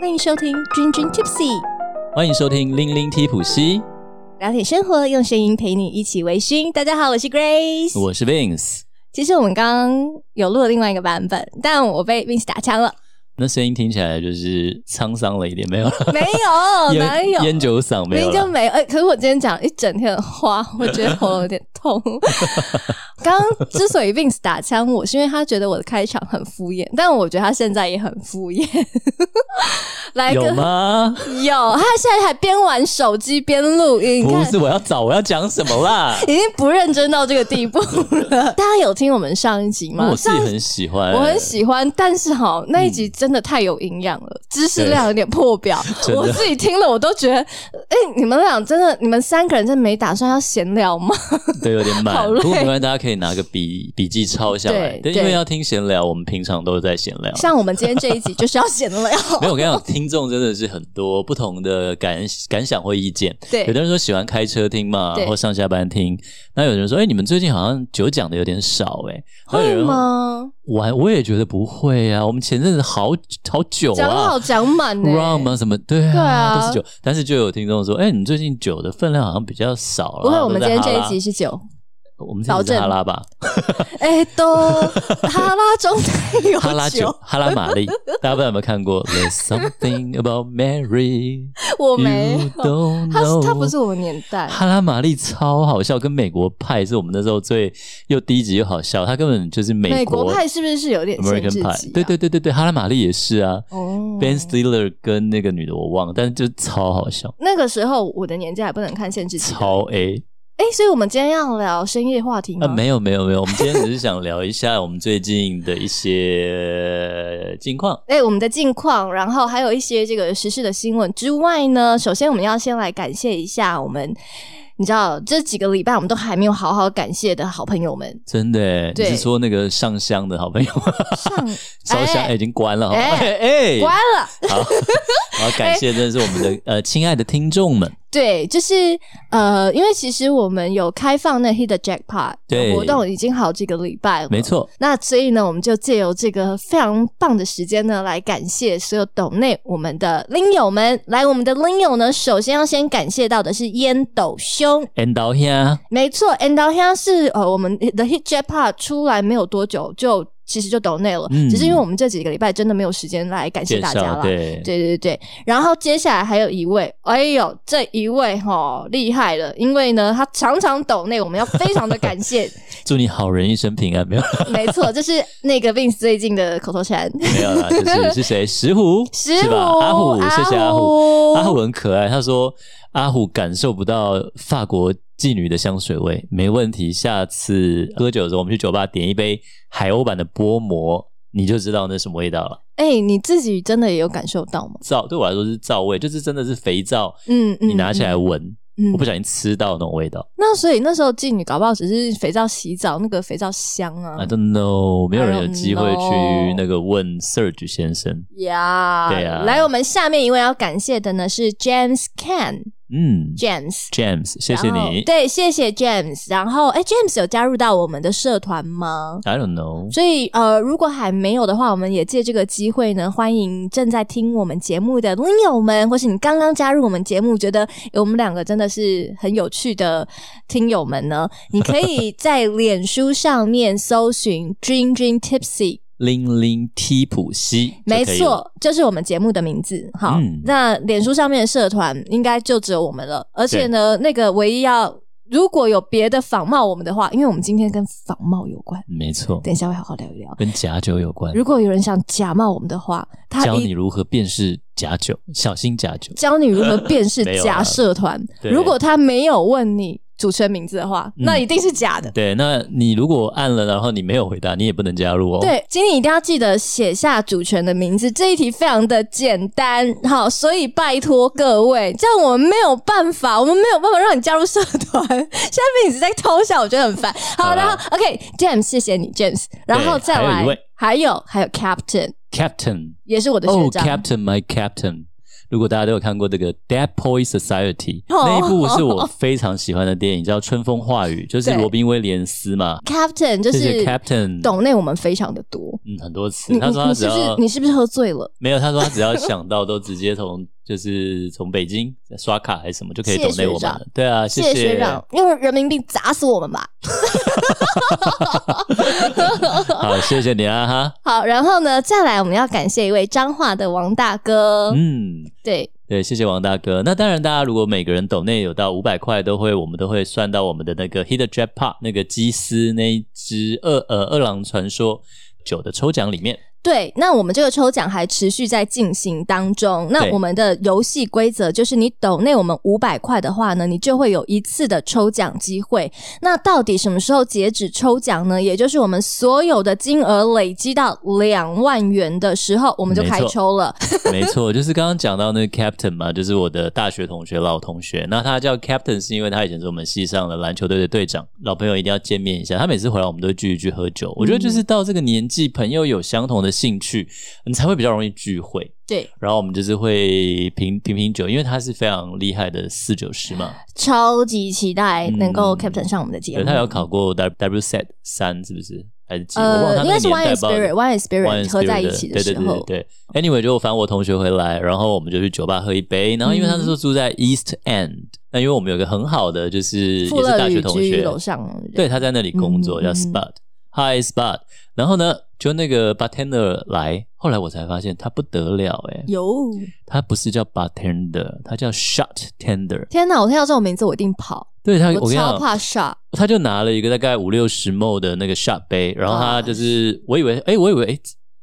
欢迎收听《君君 Tipsy》，欢迎收听《零零提普西》，聊点生活，用声音陪你一起微醺。大家好，我是 Grace。我是 Vince。其实我们刚刚有录了另外一个版本，但我被 Vince 打枪 了。那声音听起来就是沧桑了一点，没有了，没有，烟哦哪有？烟酒嗓没明有明就了。没有。哎、可是我今天讲一整天的 话，我觉得喉咙有点痛。刚刚之所以 Vince 打枪我，是因为他觉得我的开场很敷衍，但我觉得他现在也很敷衍。 来有个吗？有，他现在还边玩手机边录音， 你不看是，我要找我要讲什么啦？ 已经不认真到这个地步了。 大家有听我们上一集吗？我自己上很哎喜欢，我很喜欢，但是哈，那一集真的太有营养了，知识量有点破表。 真的我自己听了，我都觉得，哎、你们俩真的，你们三个人真的没打算要闲聊 吗？对，有点慢好。累不过没关系，大家可以拿个笔笔记抄下来。对但因为对要听闲聊，我们平常都是在闲聊。像我们今天这一集就是要闲聊，没 有，我跟你讲，听众真的是很多不同的感感想或意见。对有的人说喜欢开车听嘛，对或上下班听。那有人说，哎、你们最近好像酒讲的有点少、诶哎，那有会人吗？我还我也觉得不会啊，我们前阵子好好久讲好啊讲满呢、 ，rum 啊什么，对啊，对啊都是酒。但是就有听众说，哎、你最近酒的分量好像比较少了。不会，我们今天这都在一哈拉集，是酒，我们今天保是证哈拉吧，哎、都 哈拉中有哈拉酒酒，，哈拉 玛丽，大家不知道有没有看过？There's something about Mary 我 you 没有， don't 他 know。他不是我年代，哈拉玛丽超好笑，跟美国派是我们那时候最又低级又好笑，他根本就是美国美国派是不是有点限 American 制级、啊？ Pie，对对对对对，哈拉玛丽也是啊。哦 Ben Stiller 跟那个女的我忘了，但是就超好笑，那个时候我的年纪还不能看限制级的，超 A 哎、所以我们今天要聊深夜话题吗？啊！没有没有没有，我们今天只是想聊一下我们最近的一些呃近况。。哎、我们的近况，然后还有一些这个时事的新闻之外呢，首先我们要先来感谢一下我们，你知道这几个礼拜我们都还没有好好感谢的好朋友们 真的欸，你对是说那个上香的好 朋友上烧香、哎已经关了哈？哎哎、哎关哎了，好，我 要感谢，真的是我们的、呃亲爱的听众们，对，就是呃，因为其实我们有开放那 Hit the Jackpot 对活动已经好几个礼拜了，没。错，那所以呢，我们就借由这个非常棒的时间呢，来感谢所有抖内我们的领友们。来，我们的领友呢，首先要先感谢到的是烟斗兄，安导啊兄，没错，And 导兄是呃我们的 Hit Jackpot 出来没有多久就其实就抖内了，嗯只是因为我们这几个礼拜真的没有时间来感谢介大家绍啦。对对对对，然后接下来还有一位，哎呦，这一位哈、厉害了，因为呢他常常抖内，我们要非常的感谢，祝你好人一生平安，没有 没错，就是那个 Vince 最近的口头禅。没有啦，就是是谁？石虎，石是虎，吧？阿虎，谢谢阿虎，虎阿虎很可爱。他说阿虎感受不到法国妓女的香水味，没问题。下次喝酒的时候，我们去酒吧点一杯海鸥版的波摩，你就知道那什么味道了。哎、你自己真的也有感受到吗？皂对我来说是皂味，就是真的是肥皂，嗯嗯，你拿起来闻，嗯，我不嗯小心吃到那种味道。那所以那时候妓女搞不好只是肥皂洗澡那个肥皂香啊 I don't know，没有人有机会 I don't 去 know 那个问 Serge 先生。呀对啊来，我们下面一位要感谢的呢是 James Can 嗯 James。 ，James，谢谢然后你。对，谢谢 James。然后，哎，James 有加入到我们的社团吗？ I don't know，所以呃，如果还没有的话，我们也借这个机会呢，欢迎正在听我们节目的听友们，或是你刚刚加入我们节目，觉得、诶我们两个真的是很有趣的听友们呢，你可以在脸书上面搜寻 “Dream Dream Tipsy”。零零 T 普西，没就可以了。错，就是我们节目的名字。好，嗯那脸书上面的社团应该就只有我们了。而且呢，那个唯一要如果有别的仿冒我们的话，因为我们今天跟仿冒有关，没错，等一下会好好聊一聊。跟假酒有关，如果有人想假冒我们的话，他教你一如何辨识假酒，小心假酒。教你如何辨识 没有啊假社团。对如果他没有问你主持人名字的话，嗯那一定是假的。对，那你如果按了，然后你没有回答，你也不能加入哦。，对，请你一定要记得写下主权的名字。这一题非常的简单，好，所以拜托各位，这样我们没有办法，我们没有办法让你加入社团。 现在被你一直在偷笑，我觉得很烦。好，好啦然后 OK，James，、谢谢你，James，然后再还有一来位，还有还有 Captain， ，Captain，也是我的哦学长。 ，Captain，my Captain，如果大家都有看过这个《Dead Poets Society》哦 那一部，是我非常喜欢的电影，叫《春风化雨》，就是对罗宾威廉斯嘛， Captain 就谢谢是 Captain 懂内我们非常的多。嗯，很多次你。嗯他说他你只是不是要你是不是喝醉了？没有，他说他只要想到都直接从就是从北京刷卡还是什么就可以谢谢懂内我学们长了。对啊，谢谢学长，用人民币砸死我们吧！好，谢谢你 啊哈。好，然后呢，再来我们要感谢一位彰化的王大哥，嗯，对对，谢谢王大哥。那当然，大家如果每个人抖内有到五百块，都会我们都会算到我们的那个 Hit Jackpot 那个基斯那一只二呃二郎传说九的抽奖里面。对。那我们这个抽奖还持续在进行当中。那对我们的游戏规则就是，你抖内我们五百块的话呢，你就会有一次的抽奖机会。那到底什么时候截止抽奖呢？也就是我们所有的金额累积到两万元的时候，我们就没开错抽了。没错，就是刚刚讲到那个 Captain 嘛，就是我的大学同学，老同学。那他叫 Captain 是因为他以前是我们系上的篮球队的队长，老朋友一定要见面一下。他每次回来，我们都会聚一聚喝酒。我觉得就是到这个年纪，朋友有相同的兴趣，你才会比较容易聚会。对，然后我们就是会品品品酒，因为他是非常厉害的四酒师嘛，超级期待能够嗯 Captain 上我们的节对目。他有考过 W W set 三是不是？还是几？我忘了呃，他应那个该是年 One 代 and 不知道 Spirit One and Spirit 合在一起的，对时对对候，对对。Anyway，就反正我同学回来，然后我们就去酒吧喝一杯。然后因为他那时候住在 East End，那、因为我们有个很好的，就是也富是乐大学旅同学居，楼上，对，他在那里工嗯作，嗯叫嗯 Spud。Hi Spud，然后呢，就那个 bartender 来，后来我才发现他不得了哎、有他不是叫 bartender，他叫 shot tender。天哪！我听到这种名字，我一定跑，对他，哎我我跟你超讲，怕 shot。他就拿了一个大概五六十 ml 的那个 shot 杯，然后他就是，我以为，哎、我以为，哎、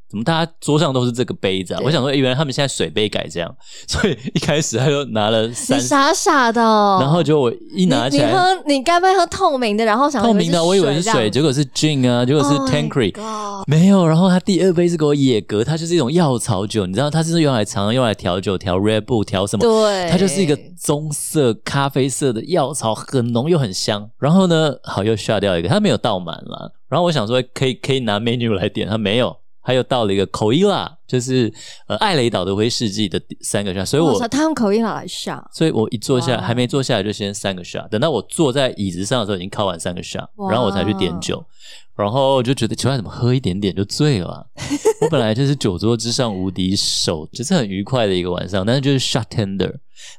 怎么大家桌上都是这个杯子啊？对我想说，哎、原来他们现在水杯改这样，所以一开始他就拿了你三十，傻傻的哦，然后就我一你拿起你来，喝，你该不会喝透明的？然后想透明的，我以为是水，就结果是 gin 啊，结果是 Tankery，、Oh God，没有，然后他第二杯是给我野格，它就是一种药草酒，你知道它是用来常常用来调酒、调 Red Bull、调什么，对，它就是一个棕色、咖啡色的药草，很浓又很香。然后呢，好又下掉一个，它没有倒满了。然后我想说，可以可以拿 menu 来点，它没有，它又倒了一个 c o i l a 就是呃爱雷岛的威士忌的三个 shot，所以哇我塞。他用口音来 shot，所以我一坐下，哇还没坐下来就先三个 shot。等到我坐在椅子上的时候，已经靠完三个 shot，哇然后我才去点酒。然后我就觉得奇怪，怎么喝一点点就醉了啊、我本来就是酒桌之上无敌手，就是很愉快的一个晚上，但是就是 shot tender。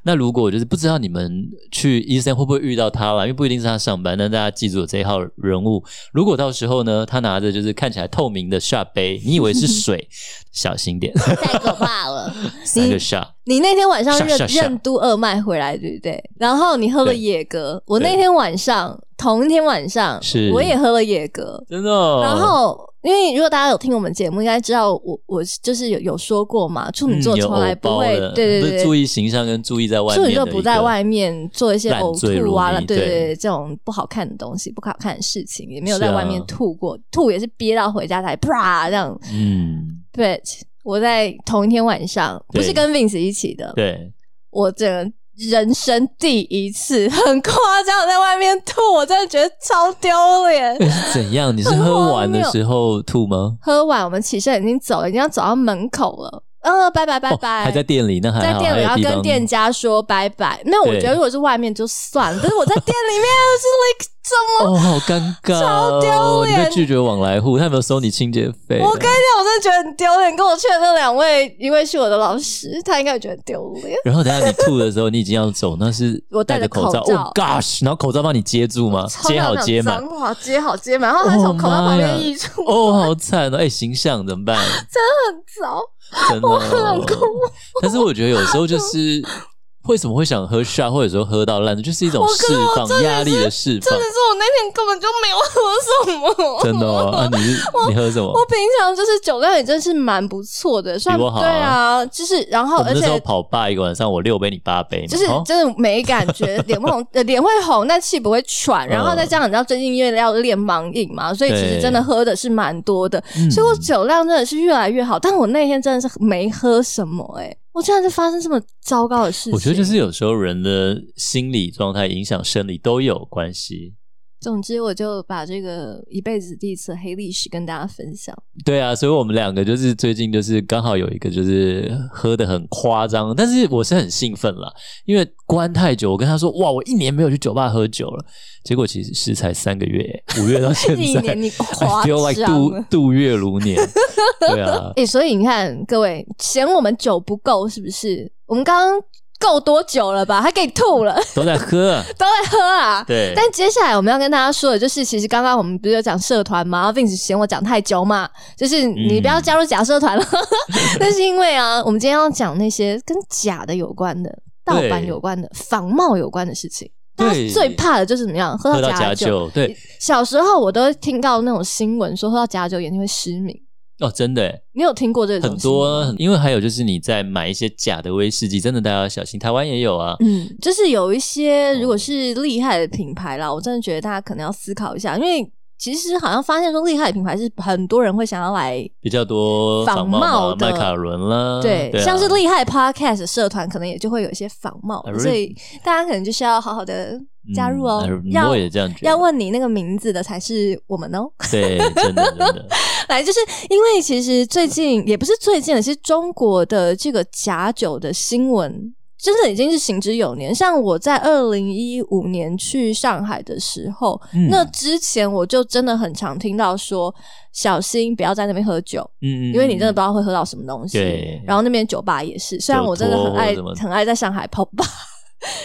那如果我就是不知道你们去医生会不会遇到他啦，因为不一定是他上班，但大家记住我这一号人物。如果到时候呢，他拿着就是看起来透明的 shot 杯，你以为是水， 小心点，太可怕了。三个 shot。你那天晚上下下任下任督二脉回来，对不对？然后你喝了对野格，我那对天晚上同一天晚上，是我也喝了野格，真的哦、然后，因为如果大家有听我们节目，应该知道我我就是有有说过嘛，处女座嗯有从来偶不包会，的对不对是对，注意形象跟注意在外处面的女一座个，不在外面做一些烂呕醉如吐啊，泥对对对，这种不好看的东西、不好看的事情，也没有是啊在外面吐过，吐也是憋到回家才啪这样。嗯，对，我在同一天晚上，对不是跟 Vince 一起的，对，我整个人生第一次 很夸张，在外面吐，我真的觉得超丢脸。 那 是怎样？你是喝完的时候吐吗？喝完，我们起身已经走了，已经要走到门口了。嗯，拜拜拜拜，哦，还在店里，那还在好，店里要还有地跟方店家说拜拜。那我对觉得如果是外面就算 了，但是我在店里面是 like 怎么？哦，好尴 尬哦，超丢脸你被拒绝往来户，他有没有收你清洁费？我跟你讲，我真的觉得很丢脸。跟我去的那两位，一位是我的老师，他应该也觉得很丢脸。然后等下你吐的时候，你已经要走，那是我戴戴着着口口罩，罩哦 gosh，然后口罩帮你接住吗？啊接好接 Oh 满，脏话接好接满，然后他从口袋旁边溢出，哦，好惨哦！哎，形象怎么办？很糟。真的哦，但是我觉得有时候就是为什么会想喝 shot，或者说喝到烂的，就是一种我释跟我放压力的释真放的。是我那天根本就没有喝什么，真的哦，啊，你是你喝什么？我平常就是酒量也真是蛮不错的，算比我好啊对啊，就是然后我而们那时候且跑吧一个晚上，我六杯你八杯嘛，就是哦真的没感觉，脸会红，呃脸会红，但气不会喘。然后嗯再加上你知道最近因为要练盲饮嘛，所以其实对真的喝的是蛮多的，嗯所以我酒量真的是越来越好。但我那天真的是没喝什么、欸，我居然是发生这么糟糕的事情。我觉得就是有时候人的心理状态影响生理都有关系。总之，我就把这个一辈子第一次的黑历史跟大家分享。对啊，所以我们两个就是最近就是刚好有一个就是喝的很夸张，但是我是很兴奋啦，因为关太久，我跟他说哇，我一年没有去酒吧喝酒了，结果其实是才三个月，五月到现 在，一年你 I feel 夸 like 张度了度月如年，对 啊，哎、所以你看，各位嫌我们酒不够是不是？我们刚刚够多久了吧？还给你吐了， 都在喝啊，都在喝啊。对，但接下来我们要跟大家说的就是，其实刚刚我们不是有讲社团嘛，然后 Vince 嫌我讲太久嘛，就是嗯你不要加入假社 团了。那、是因为啊，我们今天要讲那些跟假的有关的、盗版有关的、仿冒有关的事情。大对家最怕的就是怎么样，喝喝到假假酒。酒，对小时候我都会听到那种新闻说喝到假酒眼睛会失明，哦，真的耶你有听过这种很新闻吗多，很因为还有就是你在买一些假的威士忌，真的大家要小心，台湾也有啊，嗯，就是有一些如果是厉害的品牌啦，我真的觉得大家可能要思考一下，因为其实好像发现说厉害的品牌是很多人会想要来，比较多仿仿冒冒啊的麦卡伦啦，对，啊像是厉害 podcast 社团可能也就会有一些仿冒， I really- 所以大家可能就是要好好的加入哦，嗯要我也这样觉得，要问你那个名字的才是我们哦。 对，真的真的，来，就是因为其实最近也不是最近了，其实中国的这个假酒的新闻。真的已经是行之有年。像我在二零一五年去上海的时候，嗯那之前我就真的很常听到说，小心不要在那边喝酒，嗯，因为你真的不知道会喝到什么东西。对然后那边酒吧也是，虽然我真的很爱酒托或者什很么爱在上海跑吧，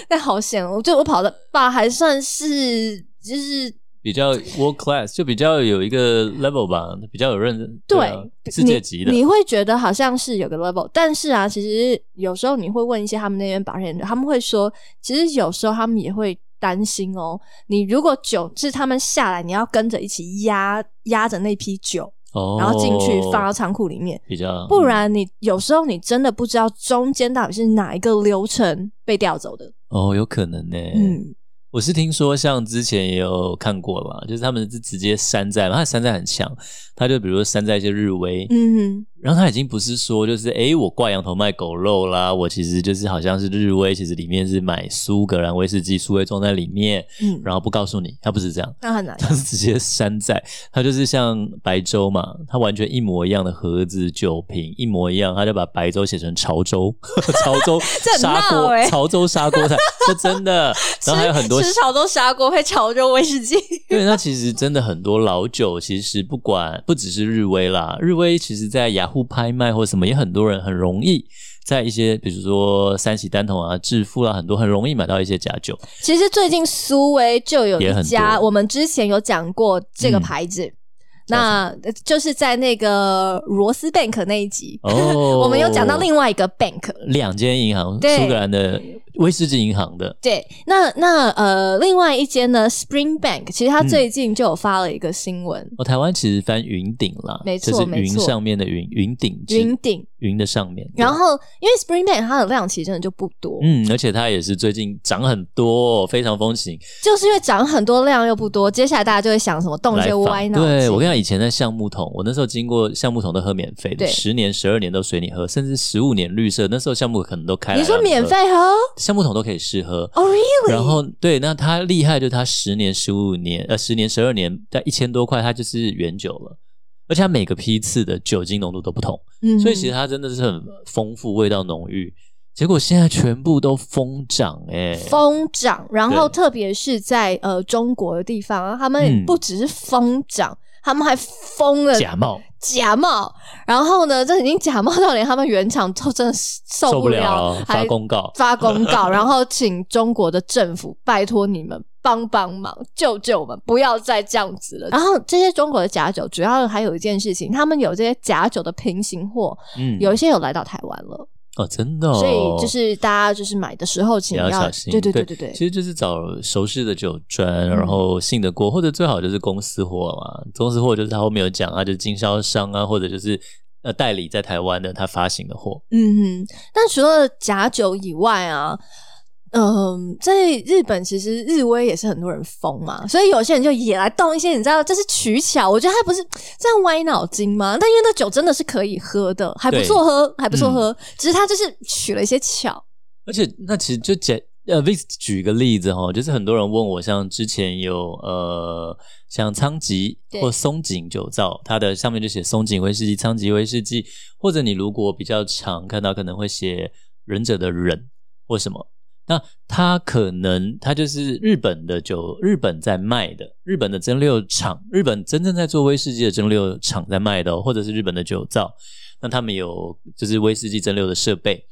但好险，我就我跑的吧还算是就是比较 world class，就比较有一个 level 吧，比较有认真，对啊，世界级的你，你会觉得好像是有个 level，但是啊，其实有时候你会问一些他们那边保险人，他们会说，其实有时候他们也会担心哦。你如果酒是他们下来，你要跟着一起压压着那批酒，哦，然后进去放到仓库里面，比较，不然你有时候你真的不知道中间到底是哪一个流程被调走的。哦，有可能呢，嗯，我是听说，像之前也有看过啦，就是他们是直接山寨嘛，他的山寨很强，他就比如说山寨一些日威，嗯然后他已经不是说就是诶，我挂羊头卖狗肉啦，我其实就是好像是日威，其实里面是买苏格兰威士忌，苏威装在里面，哼嗯，然后不告诉你，他不是这样。那很难。他是直接山寨，他就是像白粥嘛，他完全一模一样的盒子、酒瓶一模一样，他就把白粥写成潮州， 潮 州很砂闹锅，欸 潮州砂锅菜，这真的。 然后还有很多 吃吃潮州砂锅配潮州威士忌， 对，那其实真的很多老酒，其实不管不只是日威啦，日威其实在雅虎拍卖或什么，也很多人很容易在一些比如说三喜单桶啊、致富啊，很多很容易买到一些假酒。其实最近苏威就有也一很家，多我们之前有讲过这个嗯牌子，那呃就是在那个罗斯 bank 那一集，哦我们有讲到另外一个 bank。两间银行，对苏格兰的威士忌银行的，对，那那呃，另外一间呢，Spring Bank，其实嗯它最近就有发了一个新闻，哦，台湾其实翻云顶啦，没错就是没云错上面的云，云顶之云顶。云的上面。然对后，因为 Spring Bank 它的量其实真的就不多，嗯，而且它也是最近涨很多、哦非常风行。就是因为涨很多，量又不多，接下来大家就会想什么动一来些访歪脑筋。对我跟你讲，以前在橡木桶，我那时候经过橡木桶都喝免费的，对十年、十二年都随你喝，甚至十五年绿色，那时候橡木可能都开来你说让免喝费喝？哦、橡木桶都可以试喝。 r e a l l y 然后对，那它厉害就是它十年、十五年，呃，十年、十二年，在一千多块，它就是原酒了。而且它每个批次的酒精浓度都不同，嗯所以其实它真的是很丰富，味道浓郁。结果现在全部都疯涨哎、疯涨，然后对特别是在呃中国的地方啊，他们嗯不只是疯涨，他们还疯了假冒假冒，然后呢，这已经假冒到连他们原厂都真的受受不了，了了，还发公告，发公告， 然后请中国的政府拜托你们帮帮忙，救救我们，不要再这样子了。然后这些中国的假酒，主要还有一件事情，他们有这些假酒的平行货，嗯，有一些有来到台湾了，哦，真的、哦，所以就是大家就是买的时候，请也要小心。对对对对对对嗯其，实就是找熟识的酒庄，然后信得过，或者最好就是公司货嘛。公司货就是他后面有讲啊，就是经销商啊，或者就是呃代理在台湾的他发行的货。嗯哼，但除了假酒以外啊，嗯，在日本其实日威也是很多人疯嘛，所以有些人就也来动一些，你知道这是取巧，我觉得他不是这样歪脑筋吗？但因为那酒真的是可以喝嗯的，还不错喝，还不错喝，只是他就是取了一些巧。而且那其实就假呃，Vis 举个例子哈，就是很多人问我，像之前有呃，像仓吉对或松井酒造，它的上面就写松井威士忌、仓吉威士忌，或者你如果比较常看到，可能会写忍者的忍或什么。那它可能它就是日本的酒，日本在卖的，日本的蒸馏厂，日本真正在做威士忌的蒸馏厂在卖的、哦，或者是日本的酒造，那他们有就是威士忌蒸馏的设备。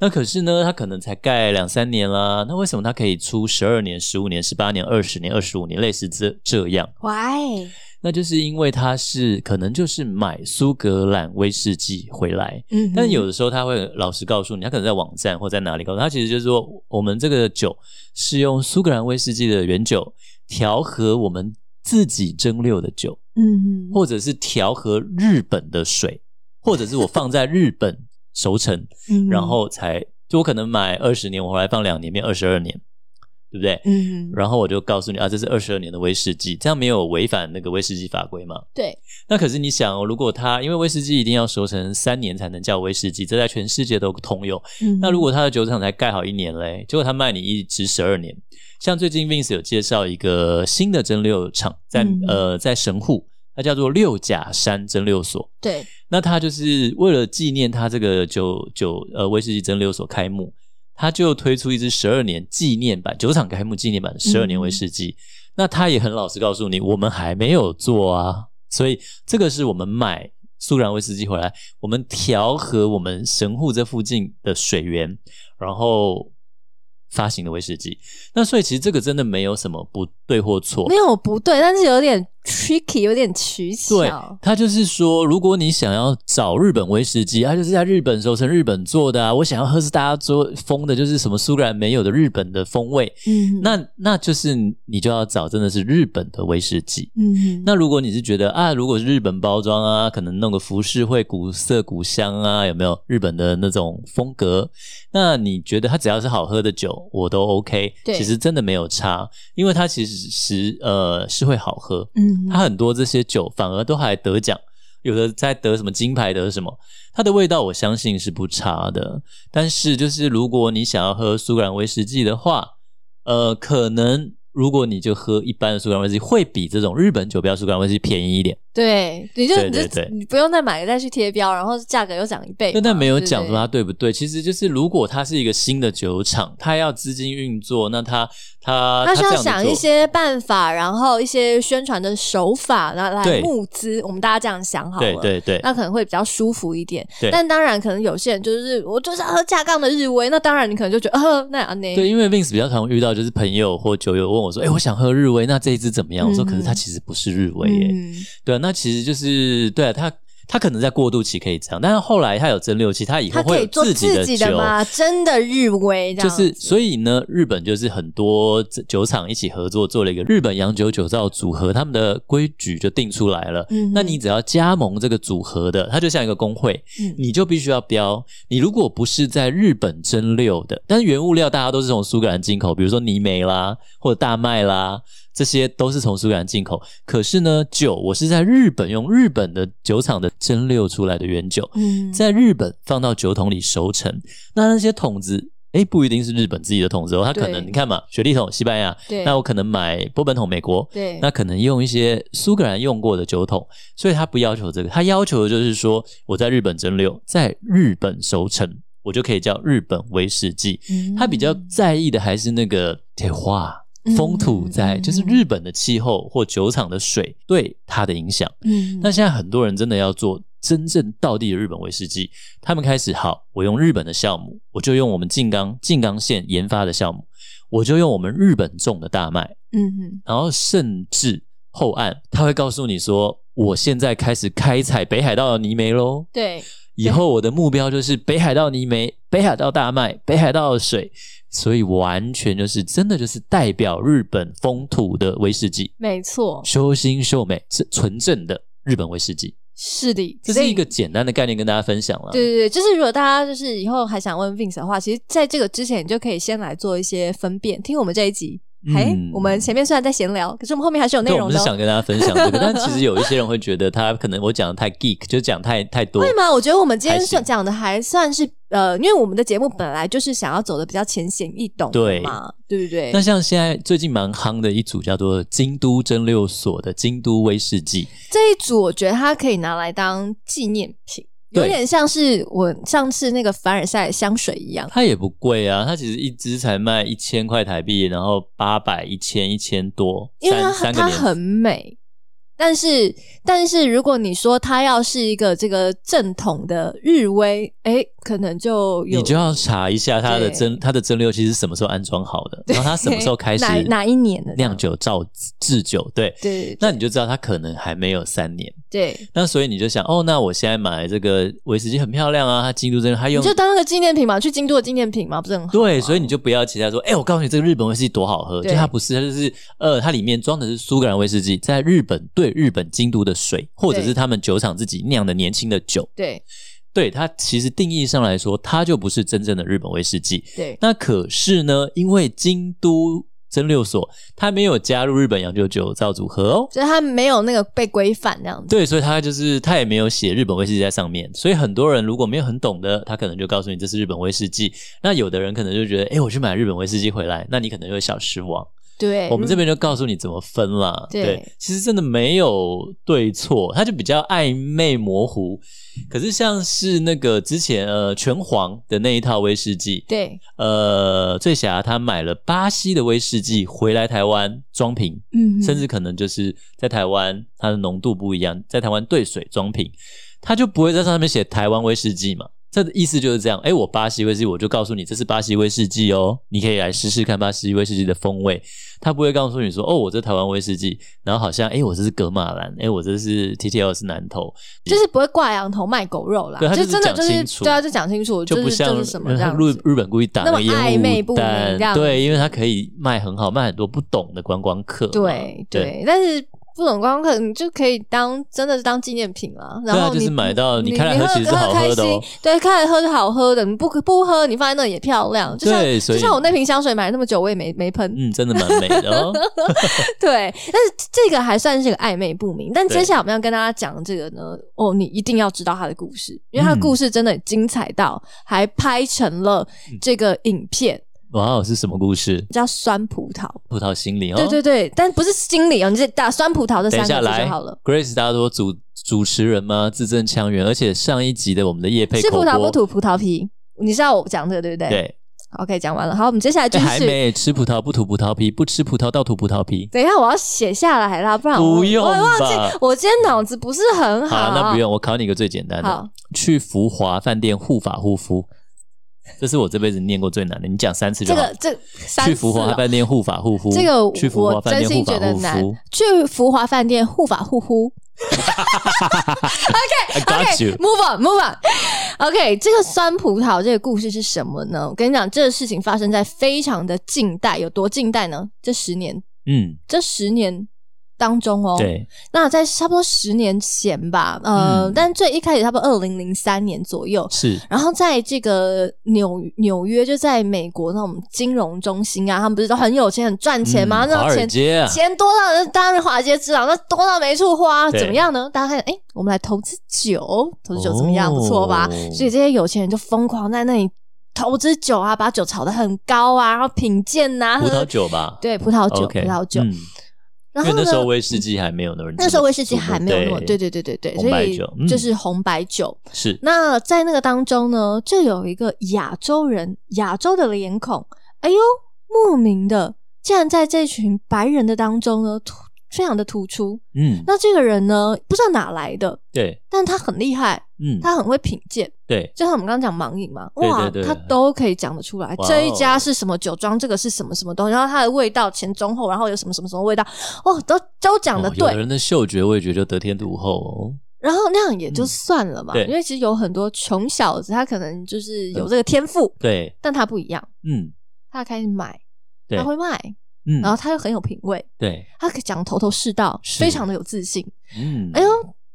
那可是呢，它可能才盖两三年啦，那为什么它可以出十二年、十五年、十八年、二十年、二十五年，类似这这样？ Why？那就是因为它是可能就是买苏格兰威士忌回来，嗯哼，但有的时候他会老实告诉你，他可能在网站或在哪里告诉你，他其实就是说，我们这个酒是用苏格兰威士忌的原酒调和我们自己蒸馏的酒，嗯哼，或者是调和日本的水，或者是我放在日本熟成。嗯哼然后才就我可能买二十年，我后来放两年，变二十二年，对不对？嗯哼，然后我就告诉你啊，这是二十二年的威士忌，这样没有违反那个威士忌法规嘛？对，那可是你想、哦，如果它因为威士忌一定要熟成三年才能叫威士忌，这在全世界都通用。嗯那如果他的酒厂才盖好一年嘞，结果他卖你一支十二年。像最近 Vince 有介绍一个新的蒸馏厂，在、嗯呃在神户，它叫做六甲山蒸馏所。对，那他就是为了纪念他这个酒酒呃威士忌蒸馏所开幕，他就推出一支十二年纪念版酒厂开幕纪念版的十二年威士忌。那他也很老实告诉你，我们还没有做啊，所以这个是我们买苏格兰威士忌回来，我们调和我们神户这附近的水源，然后发行的威士忌。那所以其实这个真的没有什么不对或错没，有不对，但是有点 tricky，有点取对巧，，他就是说，如果你想要找日本威士忌，它就是在日本熟成、日本做的啊。我想要喝是大家做风的，就是什么苏格兰没有的日本的风味，嗯哼，那那就是你就要找真的是日本的威士忌。嗯哼，那如果你是觉得啊，如果是日本包装啊，可能弄个服饰会古色古香啊，有没有日本的那种风格？那你觉得它只要是好喝的酒，我都 OK。对其实真的没有差，因为它其实是呃是会好喝。嗯它哼，很多这些酒反而都还得奖，有的在得什么金牌得什么，它的味道我相信是不差的。但是就是如果你想要喝苏格兰威士忌的话，呃，可能如果你就喝一般的苏格兰威士忌，会比这种日本酒标苏格兰威士忌便宜一点。对，你就对你就对对你不用再买再去贴标，然后价格又涨一倍嘛，但但没有讲对说它对不对，其实就是如果它是一个新的酒厂，它要资金运作，那它它他需这要样子想做一些办法，然后一些宣传的手法，然后来对募资。我们大家这样想好了，对对对，那可能会比较舒服一点对。但当然，可能有些人就是我就是要喝架杠的日威，那当然你可能就觉得，呃，那啊那对，因为 Vince 比较常遇到，就是朋友或酒友问我说：“哎、我想喝日威，那这一支怎么样？”我说：“嗯可是它其实不是日威耶。嗯对啊，那其实就是对啊，它它可能在过渡期可以这样，但是后来它有蒸馏期，它以他后会可以有做己自己的酒。嘛，真的日威这就样子，是，所以呢，日本就是很多酒厂一起合作做了一个日本洋酒酒造组合，他们的规矩就定出来了。嗯哼那你只要加盟这个组合的，它就像一个工会，嗯你就必须要标。你如果不是在日本蒸馏的，但是原物料大家都是从苏格兰进口，比如说泥煤啦或者大麦啦，这些都是从苏格兰进口。可是呢，酒我是在日本用日本的酒厂的蒸馏出来的原酒，嗯在日本放到酒桶里熟成。那那些桶子，诶，不一定是日本自己的桶子哦，它可能对你看嘛，雪莉桶西班牙，对，那我可能买波本桶美国，对那可能用一些苏格兰用过的酒桶，所以他不要求这个，他要求的就是说我在日本蒸馏，在日本熟成，我就可以叫日本威士忌。嗯他比较在意的还是那个铁化。风土在，嗯就是日本的气候或酒厂的水对它的影响。嗯那现在很多人真的要做真正道地的日本威士忌，他们开始好，我用日本的酵母，我就用我们静冈静冈县研发的酵母，我就用我们日本种的大麦，嗯哼然后甚至后岸，他会告诉你说，我现在开始开采北海道的泥煤喽。对以后我的目标就是北海道泥煤、北海道大麦、北海道的水，所以完全就是真的就是代表日本风土的威士忌，没错修心秀美是纯正的日本威士忌。是的，这所是以一个简单的概念跟大家分享了。对对对，就是如果大家就是以后还想问 Vince 的话，其实在这个之前，你就可以先来做一些分辨，听我们这一集，哎、嗯我们前面虽然在闲聊，可是我们后面还是有内对，我容们的、是想哦。跟大家分享 这个，但其实有一些人会觉得他可能我讲的太 geek，就讲太太多会。吗？我觉得我们今天还行算讲的还算是呃，因为我们的节目本来就是想要走的比较浅显易懂的对嘛，对不对那？像现在最近蛮夯的一组叫做京都蒸馏所的京都威士忌，这一组我觉得它可以拿来当纪念品，有对点像是我上次那个凡尔赛香水一样。它也不贵啊，它其实一支才卖一千块台币，然后八百、一千、一千多，因为它三三个它年很美，但是但是如果你说它要是一个这个正统的日威，哎，可能就有你就要查一下它的对蒸它的蒸馏器是什么时候安装好 的，然后它什么时候开始哪哪一年的这样酿酒造制酒，对，对那你就知道它可能还没有三年。对，那所以你就想，哦，那我现在买这个威士忌很漂亮啊，它京都蒸馏，它你用就当那个纪念品嘛，去京都的纪念品嘛，不是很好？对，所以你就不要期待说，哎、我告诉你这个日本威士忌多好喝，就对它不是，它就是呃，它里面装的是苏格兰威士忌，在日本对日本京都的水，或者对是他们酒厂自己酿的年轻的酒，对对它其实定义上来说，它就不是真正的日本威士忌。对那可是呢，因为京都蒸馏所它没有加入日本洋酒酒造组合哦。所以它没有那个被规范那样子。对，所以它就是它也没有写日本威士忌在上面，所以很多人如果没有很懂的，他可能就告诉你这是日本威士忌。那有的人可能就觉得，哎，我去买日本威士忌回来，那你可能就会小失望。对，我们这边边就告诉你怎么分啦。对其实真的没有对错，它就比较暧昧模糊。可是像是那个之前呃拳皇的那一套威士忌，对，呃醉侠他买了巴西的威士忌回来台湾装瓶，嗯，甚至可能就是在台湾它的浓度不一样，在台湾兑水装瓶，它就不会在上面写台湾威士忌嘛。这意思就是这样，哎，我巴西威士忌，我就告诉你这是巴西威士忌哦，你可以来试试看巴西威士忌的风味。他不会告诉你说，哦，我这台湾威士忌，然后好像，哎，我这是格马兰，哎，我这是 TTL 是南投，就是不会挂羊头卖狗肉啦，对它就就是真的就讲清是楚对啊，就讲清楚，就不是像呃嗯就是什么这样日子。日本故意打那么个烟暧昧不雾明这样弹，子对，因为它可以卖很好，卖很多不懂的观光客嘛。对对，但是不懂观光客，你就可以当真的是当纪念品了。然对啊后你、就是买到你你开来喝喝其实是好开喝的哦心，对，开来喝是好喝的，你不不喝你放在那里也漂亮。就像对所就以像我那瓶香水买了那么久，我也没没喷。嗯，真的蛮美的 哦。对，但是这个还算是个暧昧不明。但接对下来我们要跟大家讲这个呢，哦，你一定要知道他的故事，因嗯为他的故事真的精彩到、还拍成了嗯这个影片，哇，哦是什么故事？叫《酸葡萄》。葡萄心灵哦。对对对，但不是心理哦，你是打“酸葡萄”这等三一下个字就来好了。 ，Grace 大多主主持人吗？字正腔圆，而且上一集的我们的叶佩吃口葡播，萄不吐葡萄皮，你知道我讲这个对不对？对， ，OK，讲完了。好，我们接下来就哎还是。没吃葡萄不吐葡萄皮，不吃葡萄倒吐葡萄皮。等一下，我要写下来啦，不然我不用我忘吧记，我今天脑子不是很好好。了，那不。用，我考你一个最简单好的，去福华饭店护法护肤，这是我这辈子念过最难的，你讲三次这就好个。这三去次福华哦饭店护法护肤，这个去福华我饭真店护心觉法得护难肤。去福华饭店护法护肤。 I got you， OK，move on move on。OK，这个酸葡萄这个故事是什么呢？我跟你讲，这个事情发生在非常的近代，有多近代呢？这十年，嗯，这十年当中哦，对，那在差不多十年前吧，呃，嗯但最一开始差不多二零零三年左右。是然后在这个纽纽约，就在美国那种金融中心啊，他们不是都很有钱、很赚钱吗？嗯那华种尔钱街啊，钱多到那当然华尔街之狼，那多到没处花，对怎么样呢？大家看，哎、我们来投资酒，投资酒怎么样？哦不错吧？所以这些有钱人就疯狂在那里投资酒啊，把酒炒得很高啊，然后品鉴呐、葡喝萄酒吧，对葡萄酒 OK，葡萄酒。嗯然后因呢嗯为那时候威士忌还没有那么人，那时候威士忌还没有那么，对嗯对对对对对，红所白以酒嗯就是红白酒。是那在那个当中呢，就有一个亚洲人，亚洲的脸孔，哎呦，莫名的，竟然在这群白人的当中呢，突非常的突出。嗯，那这个人呢，不知道哪来的，对，但他很厉害，嗯，他很会品鉴，对，就像我们刚刚讲盲饮嘛，对哇，对对他都可以讲得出来。哇哦这一家是什么酒庄，这个是什么什么东西，然后它的味道前中后，然后有什么什么什么味道，哦，都都讲得哦有对。的人的嗅觉味觉就得天独厚哦然后那样也就算了嘛，嗯对因为其实有很多穷小子，他可能就是有这个天赋，哦，对，但他不一样，嗯，他开始买，对他会卖，嗯，啊然后他又很有品味，对，他可以讲得头头是道，是非常的有自信。嗯，哎呦，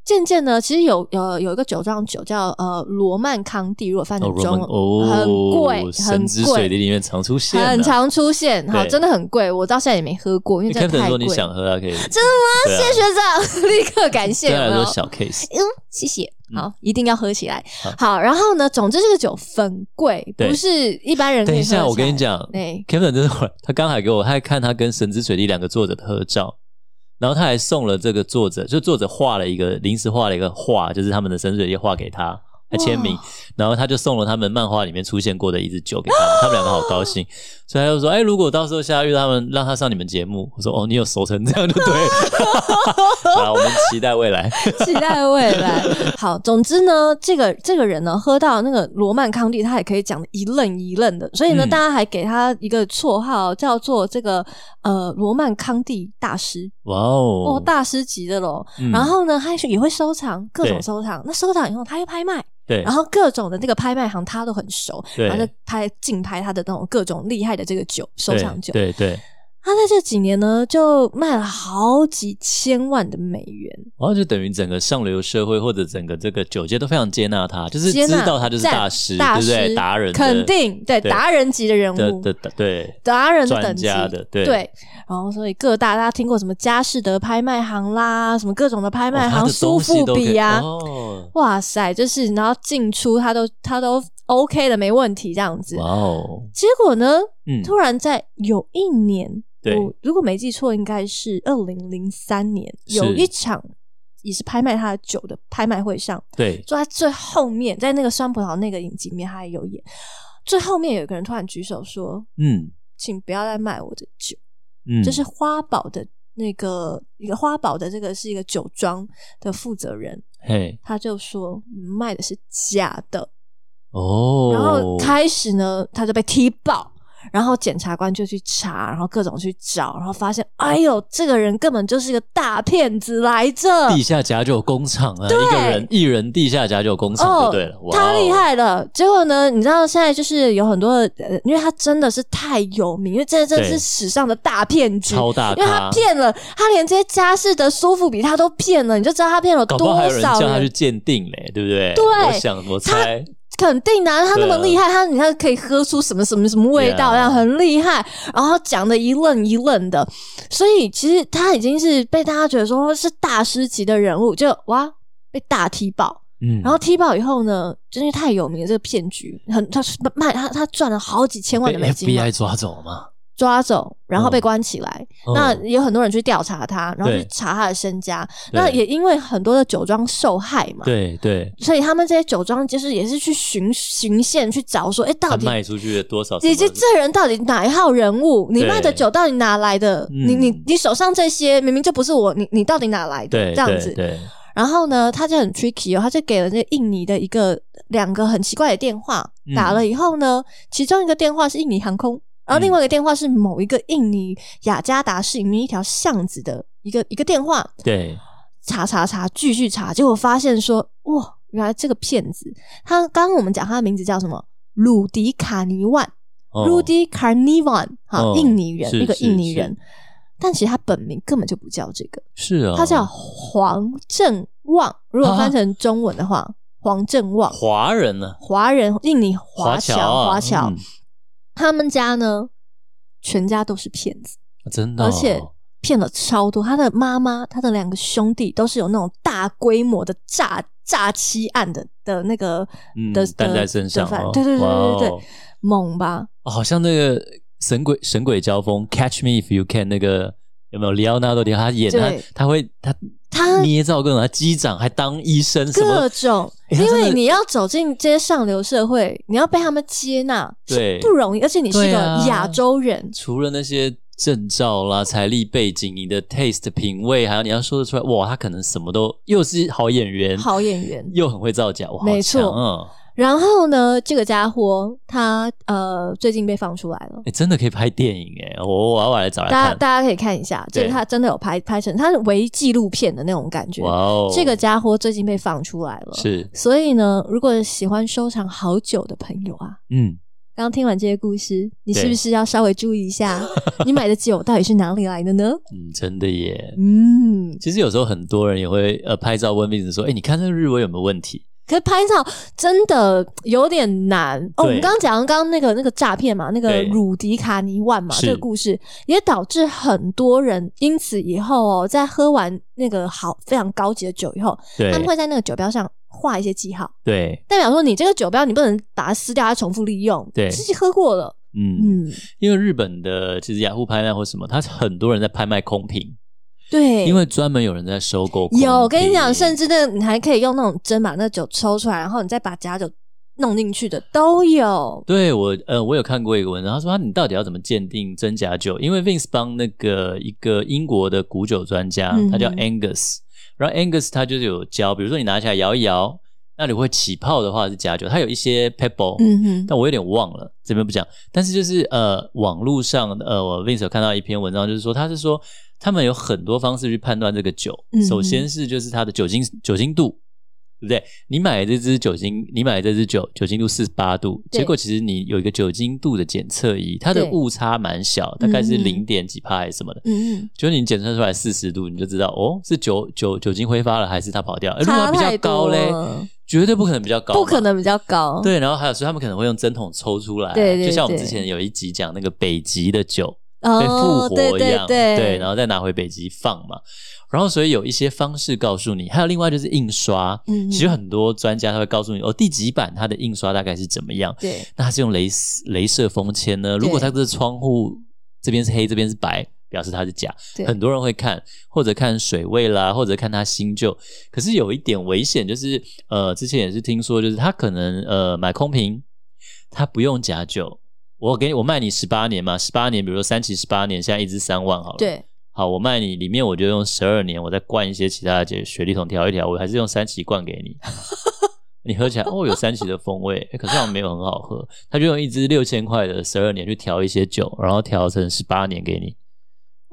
渐渐呢，其实有呃有一个酒庄酒叫呃罗曼康帝，如果翻哦成罗中曼文、哦，很贵神之很贵水滴里面常出现、啊，很。常出现，好，对真的很贵，我到现在也没喝过，因为你真的 Captain 太说贵。你想喝啊，可以。真的谢谢学长， 立刻感谢，虽有然没有说小 case，嗯，谢谢。好，一定要喝起来好。好，然后呢，总之这个酒很贵，对不是一般人可以等一下喝我跟起你来讲对， Captain 真的会，他刚还给我，他还看他跟神之水滴两个作者的合照，然后他还送了这个作者，就作者画了一个临时画了一个画，就是他们的神之水滴画给他，还签名哇，然后他就送了他们漫画里面出现过的一支酒给他们，他们两个好高 兴，所以他就说，哎、如果到时候下遇到他们，让他上你们节目，我说哦，你有熟成这样就 对了，好啦，我们期待未来，期待未来。好，总之呢，这个这个人呢，喝到那个罗曼康帝，他也可以讲的一愣一愣的，所以呢，嗯大家还给他一个绰号，叫做这个呃罗曼康帝大师哇哦，哦，大师级的咯。嗯然后呢，他也会收藏各种对收藏，那收藏以后他会拍卖，对然后各种的这个拍卖行他都很熟，对然后就拍竞拍他的那种各种厉害的这个酒收藏酒。对对，对他在这几年呢，就卖了好几千万的美元。然哦后就等于整个上流社会或者整个这个酒界都非常接纳他，就是接知纳道他就是赞大师，大对不对？师达人的肯定对对达人级的人的物，的的对达人的专等级家的对哦对。然后，所以各大大家听过什么佳士得拍卖行啦，什么各种的拍拍卖行，苏富比啊呀、哦，哇塞，就是然后进出他都他都 OK 的，没问题这样子哇。哦，结果呢，嗯，突然在有一年，对我如果没记错，应该是二零零三年，是有一场也是拍卖他的酒的拍卖会上，对，坐在最后面，在那个酸葡萄那个影集里面，他也有演。最后面有一个人突然举手说嗯：“请不要再卖我的酒。嗯，这是花宝的那个一个花宝的这个是一个酒庄的负责人，嘿他就说嗯卖的是假的。哦，然后开始呢，他就被踢爆。然后检察官就去查，然后各种去找，然后发现，哎呦，这个人根本就是一个大骗子来着。地下假酒工厂啊，一个人一人地下假酒工厂就对了，哇哦太厉，害了！结果呢，你知道现在就是有很多的，呃，因为他真的是太有名，因为这真的对是史上的大骗局。超大因为他咖，骗了，他连这些佳士得、苏富比他都骗了，你就知道他骗了搞多不好还有人少叫他人去鉴定嘞，对不对？对我想我他猜，肯定啊，他那么对啊厉害，他你看可以喝出什么什么什么味道， Yeah 然后很厉啊害，然后讲的一愣一愣的，所以其实他已经是被大家觉得说是大师级的人物，就哇被大踢爆。嗯，然后踢爆以后呢，就是因为太有名了这个骗局，很他是卖他他赚了好几千万被的美金嘛， FBI 抓走嘛，抓走，然后嗯被关起来。哦那也有很多人去调查他，然后对去查他的身家。对那也因为很多的酒庄受害嘛，对对，所以他们这些酒庄就是也是去循循线去找说，哎，到他底卖出去了多少？你这什么这人到底哪一号人物？你卖的酒到底哪来的？嗯你你你手上这些明明就不是我，你你到底哪来的？对这样子对，对然后呢，他就很 tricky 哦，他就给了那印尼的一个两个很奇怪的电话，嗯打了以后呢，其中一个电话是印尼航空，然嗯后另外一个电话是某一个印尼雅加达市里面一条巷子的一个一个电话，对，查查查，继续查，结果发现说，哇，原来这个骗子，他刚刚我们讲他的名字叫什么？鲁迪卡尼万哦，Rudy Carnivan，哈、哦印尼人，是一个是印尼是人，但其实他本名根本就不叫这个。是啊，他叫黄正旺，如果翻成中文的话，黄正旺，华人呢，华人，印尼华侨，侨啊，华侨，嗯他们家呢，全家都是骗子，真的哦，而且骗了超多。他的妈妈，他的两个兄弟都是有那种大规模的诈诈欺案的的那个嗯的担的在身上的犯哦对对对对对哇哦对，猛吧？哦好像那个神鬼神鬼交锋，Catch Me If You Can 那个。有没有里奥纳多·迪他演他对，他会他他捏造各种，他机长还当医生什么各，种，诶他因真为的你要走进这些上流社会，你要被他们接纳是对不容易，而且你是对个啊亚洲人，除了那些证照啦、财力背景、你的 taste 品味，还有你要说得出来，哇，他可能什么都又是好演员，好演员又很会造假，哇，没错嗯，然后呢，这个家伙他呃最近被放出来了哎、，真的可以拍电影哎，我我要来找来大家看，大家可以看一下，这个对他真的有拍拍成，他是唯纪录片的那种感觉。哇哦，这个家伙最近被放出来了，是所以呢，如果喜欢收藏好酒的朋友啊，嗯，刚听完这些故事，你是对不是要稍微注意一 下，你买的酒到底是哪里来的呢？嗯，真的耶。嗯，其实有时候很多人也会呃拍照问妹子说：“哎、你看这个日文有没有问题可是拍照真的有点难哦。对我们刚刚讲刚刚那个那个诈骗嘛，那个对鲁迪卡尼万嘛，是这个故事也导致很多人因此以后哦，在喝完那个好非常高级的酒以后，？”对他们会在那个酒标上画一些记号，对，代表说你这个酒标你不能把它撕掉，它重复利用。对自己喝过了，嗯，嗯，因为日本的其实雅虎拍卖或什么，它很多人在拍卖空瓶，对，因为专门有人在收购空瓶。有我跟你讲，甚至那你还可以用那种针把那酒抽出来，然后你再把假酒弄进去的都有。对我，呃，我有看过一个文章，他说他你到底要怎么鉴定真假酒？因为 Vince 帮那个一个英国的古酒专家，他叫嗯 Angus，、然后 Angus 他就是有教，比如说你拿起来摇一摇，那里会起泡的话是假酒，它有一些 pebble，、嗯哼，但我有点忘了，这边不讲。但是就是呃，网络上呃，我 Vince 有看到一篇文章，就是说他是说他们有很多方式去判断这个酒，嗯哼首先是就是它的酒精酒精度。对不对？你买这支酒精，你买这支酒酒精度四十八度，对结果其实你有一个酒精度的检测仪，它的对误差蛮小，大概是嗯零点几帕还是什么的。嗯嗯，就是你检测出来四十度，你就知道哦，是酒酒酒精挥发了还是它跑掉了？而哎如果它差比较太高多嘞，了。绝对不可能比较高嘛，不可能比较高。，对，然后还有说他们可能会用针筒抽出来，啊对对就像我们之对前有一集讲那个北极的酒被复哦，活对一样，对对然后再拿回北极放嘛。然后所以有一些方式告诉你，还有另外就是印刷，嗯其实很多专家他会告诉你哦，第几版它的印刷大概是怎么样。对那它是用镭丝镭射封签呢？如果它这窗户这边是黑，这边是白，表示它是假。对，很多人会看，或者看水位啦，或者看它新旧。可是有一点危险，就是呃，之前也是听说，就是他可能呃买空瓶，他不用假酒。我给你，我卖你十八年嘛，十八年，比如说三期十八年，现在一支三万好了。，对好，我卖你里面我就用十二年，我再灌一些其他的解雪利桶调一调，我还是用三期灌给 你。你喝起来哦，有三期的风味，诶可是好像没有很好喝。他就用一支六千块的十二年去调一些酒，然后调成十八年给你。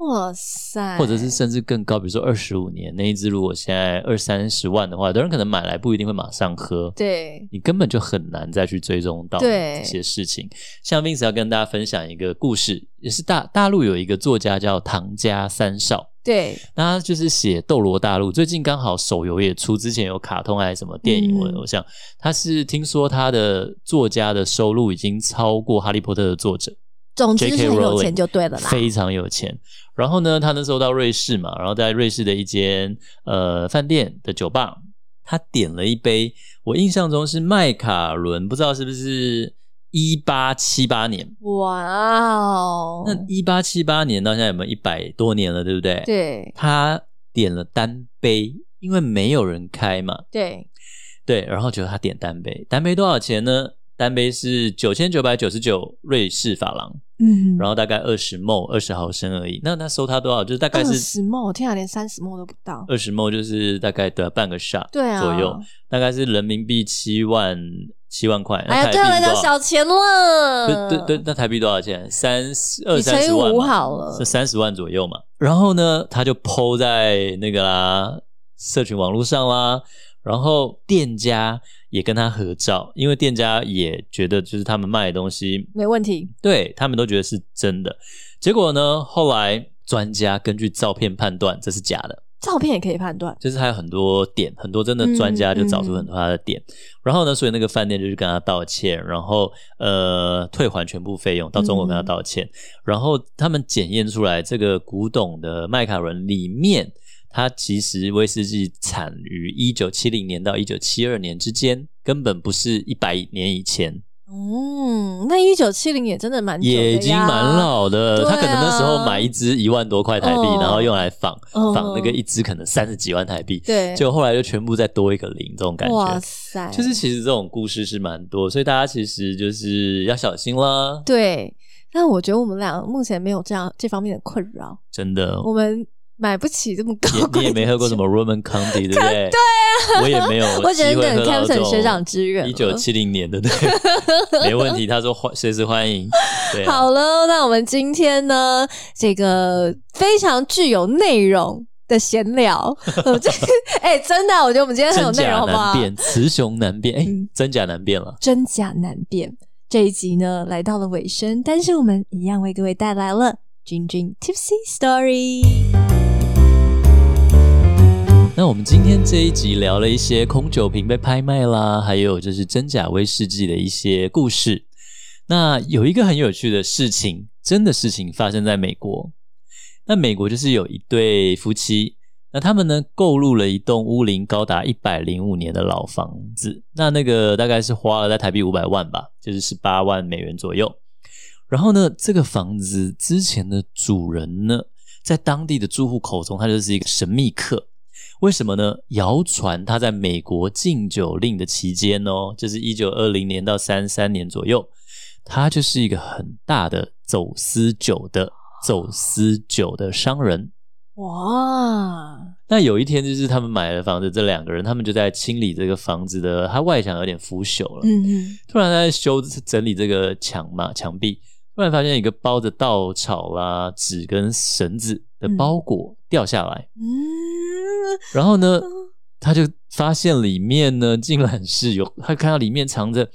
哇塞，或者是甚至更高，比如说二十五年那一支，如果现在二三十万的话，有的人可能买来不一定会马上喝，对你根本就很难再去追踪到对这些事情。像 Vince 要跟大家分享一个故事，也是大大陆有一个作家叫唐家三少，对，那他就是写《斗罗大陆》，最近刚好手游也出，之前有卡通还是什么电影，我嗯我想他是听说他的作家的收入已经超过《哈利波特》的作者。总之 J.K. 是很有 Rowling 钱就对了啦。非常有钱。然后呢，他那时候到瑞士嘛，然后在瑞士的一间呃饭店的酒吧，他点了一杯，我印象中是麦卡伦，不知道是不是一八七八年。哇哦，那一八七八年到现在有没有一百多年了，对不对？。对他点了单杯，因为没有人开嘛，对对。然后觉得他点单杯，单杯多少钱呢？单杯是九千九百九十九瑞士法郎。嗯，然后大概二十 ml 二十毫升而已。那那收他多少？就是大概二是十梦，我天啊，连三十梦都不到。二十 ml，就是大概对啊、半个 shot 对啊，左右，哎大概是人民币七万七万块。那哎呀，台对我来币讲多少？小钱了。对对对，那台币多少钱？三十二你乘三以十万呃五嘛好了是三十万左右嘛。然后呢，他就抛在那个啦社群网络上啦，然后店家也跟他合照，因为店家也觉得就是他们卖的东西没问题。对他们都觉得是真的。结果呢，后来专家根据照片判断这是假的，照片也可以判断，就是还有很多点，很多真的专嗯家就找出很多他的点。然后呢，所以那个饭店就去跟他道歉，然后呃退还全部费用，到中国嗯跟他道歉。然后他们检验出来这个古董的麦卡伦里面。它其实威士忌产于一九七零年到一九七二年之间，根本不是一百年以前。嗯，那一九七零也真的蛮久的也已经蛮呀，老的，对啊他可能那时候买一支一万多块台币，嗯然后用来仿嗯仿那个一支可能三十几万台币，对，结果后来就全部再多一个零，这种感哇觉。塞，就是其实这种故事是蛮多，所以大家其实就是要小心啦，对，但我觉得我们俩目前没有这样这方面的困扰，真的。我们买不起这么高也贵你也没喝过什么，么 Roman County 对不对？对啊，我也没有机会喝到 我这只种。能等 Captain 学长支援了一九七零 年的对，没问题。他说欢，随时欢迎。对啊，好了，那我们今天呢，这个非常具有内容的闲聊，我这 哎、真的啊，我觉得我们今天很有真内假容，好不好难？辨，雌雄难辨，哎嗯，真假难辨了。真假难辨。这一集呢来到了尾声，但是我们一样为各位带来了君君 Tipsy Story。那我们今天这一集聊了一些空酒瓶被拍卖啦，还有就是真假威士忌的一些故事。那有一个很有趣的事情，真的事情发生在美国。那美国就是有一对夫妻，那他们呢购入了一栋屋龄高达一百零五年的老房子，那那个大概是花了在台币五百万吧，就是十八万美元左右。然后呢，这个房子之前的主人呢，在当地的住户口中，他就是一个神秘客。为什么呢？谣传他在美国禁酒令的期间哦，就是一九二零年到三三年左右，他就是一个很大的走私酒的走私酒的商人。哇，那有一天，就是他们买了房子，这两个人他们就在清理这个房子的，它外墙有点腐朽了。嗯嗯，突然在修整理这个墙嘛，墙壁，突然发现一个包着稻草啦、纸跟绳子的包裹掉下来，嗯，然后呢，他就发现里面呢，竟然是有 他看到里面藏着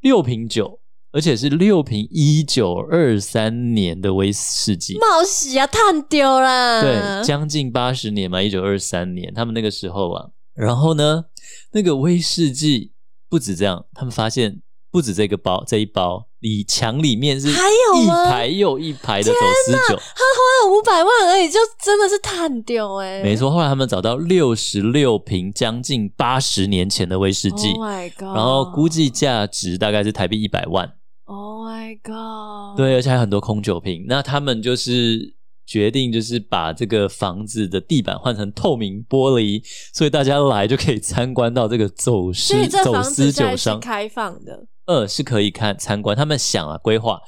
六瓶酒，而且是六瓶一九二三年的威士忌。冒喜啊，探丢啦，对，将近八十年嘛，一九二三年，他们那个时候啊，然后呢，那个威士忌不止这样，他们发现不止这个包这一包，里墙里面是还有一吗排又一排的走私他花酒，了五百万而已，就真的是探丢哎、没错。后来他们找到六十六瓶，将近八十年前的威士忌 Oh my god！然后估计价值大概是台币一百万， ，Oh my god！，对，而且还有很多空酒瓶。那他们就是决定，就是把这个房子的地板换成透明玻璃，所以大家来就可以参观到这个走所私以这走房子私现酒在是商，开放的，呃，是可以看参观。他们想啊，规划。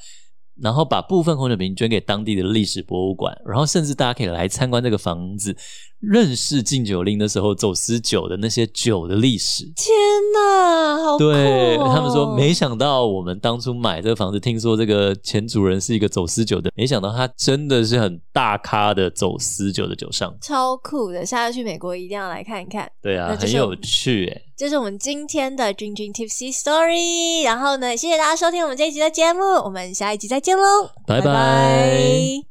然后把部分空酒瓶捐给当地的历史博物馆，然后甚至大家可以来参观这个房子，认识禁酒令的时候走私酒的那些酒的历史。天哪，好酷、哦！对他们说，没想到我们当初买这个房子，听说这个前主人是一个走私酒的，没想到他真的是很大咖的走私酒的酒商。超酷的，下次去美国一定要来看一看。对啊那，就很是有趣欸诶。这是我们今天的君君 Tipsy Story，然后呢，谢谢大家收听我们这一集的节目，我们下一集再见喽，拜拜拜